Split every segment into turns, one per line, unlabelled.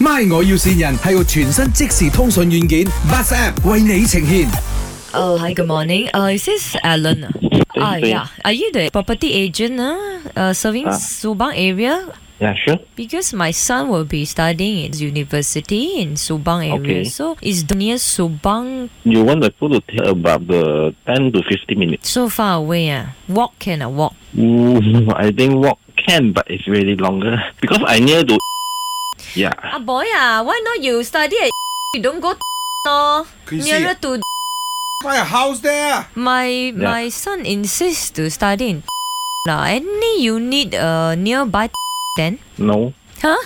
My 我要線人係個全新即時通訊軟件 Bus App 為你呈現。
Oh, hi, good morning. Uh, is this Alan? Ah,
Yes,
yeah. Are you the property agent uh, uh, serving
Ah.
Subang area?
Yeah, sure.
Because my son will be studying in university in Subang area.
Okay.
So it's the near Subang,
You want the food to take about the 10 to 15 minutes.
so far away. Uh. Walk can uh, walk.
Ooh, Mm, I think walk can, but it's really longer. Because I near to... Yeah.
Ah, boy, uh, why not you study at You don't go no,
Can you see
nearer to
My house there.
my my son insists to study in lah. Any you need uh, nearby then?
No.
Huh?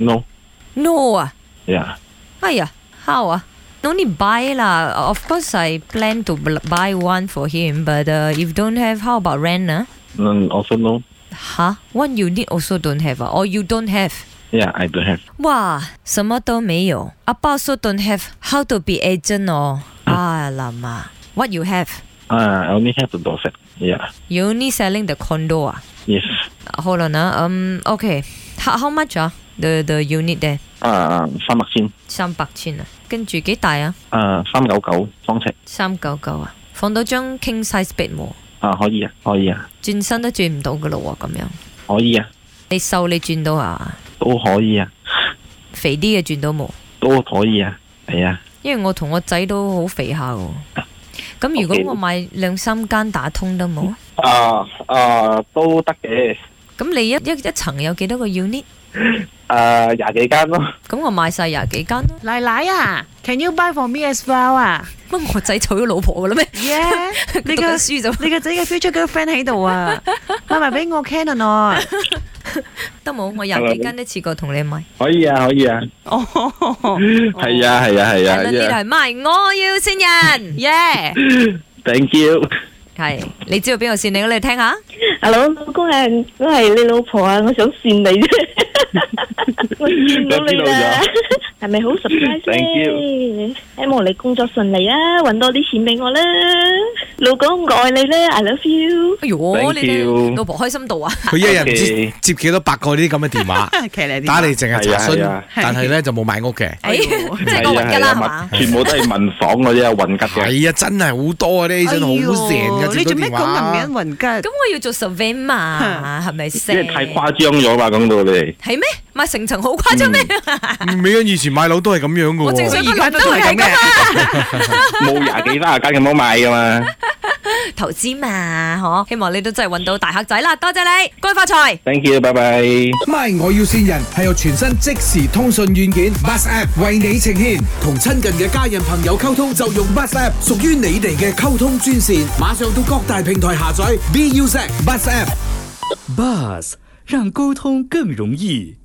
No.
No ah.
Yeah.
Hiya, how ah? No need buy lah. Of course, I plan to bl- buy one for him, but uh, if don't have, how about rent ah?
Mm, also no.
Huh? One you need also don't have ah, or you don't have.
Yeah, I don't have.
哇，什么都没有。Apa also don't have how to be agent or ah lama. What you have?
Ah, I only have the door set. Yeah.
You only selling the condo ah?
Yes.
Uh, Hold on ah. Um, okay. How how much ah? The the unit there
啊，三百先。
三百千啊，跟住幾大啊？
Uh, 啊，三九九，方尺。啊，可以啊，可以啊。
三九九啊，放到張 ah. king size bed 冇。轉身都轉唔到噶咯喎，咁樣
可以啊，
你瘦你轉到啊，
都可以啊，
肥啲嘅轉到冇，
都可以啊，系啊，
因為我同我仔都好肥下喎。咁如果
Okay
我買兩三間打通得冇啊？
啊啊都得嘅，
咁你一一一層有幾多個 unit？
啊廿幾間咯，
咁我買晒廿幾間咯。
奶奶啊，Can à? you buy for me as well 啊
乜我仔娶咗老婆噶啦咩？
？Yeah，
你
你
讀緊
個
書就
你個仔嘅 future girlfriend à? 喺度啊，買埋俾我 Canon 啊！
得冇？我廿幾間一次過同你買。
可以啊，可以啊，
哦
係啊，係啊，
係
係
啦，呢度
啊
係咪我要線 人？
，Yeah，
，thank you，
係你知道邊個線你嘅？你聽下。
Hello，老公啊，我係你老婆啊，我想扇你 啫，我扇到你啦，係咪好 surprise
Thank
you，希望你工作順利啊，搵多啲錢俾我啦，老公我愛你啦，I love you。
哎呦，
Thank
你哋
you
老婆開心到啊！
佢一日唔知
Okay
接幾多百個呢啲咁嘅電 話，
騎呢啲
打嚟淨係查
係
詢
啊，
係啊
但係咧就冇買屋嘅。
哎，即係我
係
雲
啊，
吉
係
啦，係
啊
嘛，？
全部都係民房嗰啲啊，混吉嘅，
係啊，真係好多啊！啲 agent 好成
哎呦
嘅，
你
接
做
到
咩
電
講男
話
人。雲吉
咁？我要做 survey 嘛，係咪
即
先？
係太誇張咗嘛，講到你，
係咩？買成層好誇張咩？
美欣以前買樓都係咁樣
我
嘅
正想
喎，
佢諗都係咁啊嘅
冇廿幾三十間咁樣賣噶嘛
投資嘛，嗬！希望你都真係揾到大客仔啦，多謝你，恭喜發財！
，thank you，拜拜。
My 我要線人係由全新即時通訊軟件 Bus App 為你呈現，同親近嘅家人朋友溝通就用 Bus App，屬於你哋嘅溝通專線。馬上到各大平台下載 BUZ Bus App。
Buzz 让沟通更容易。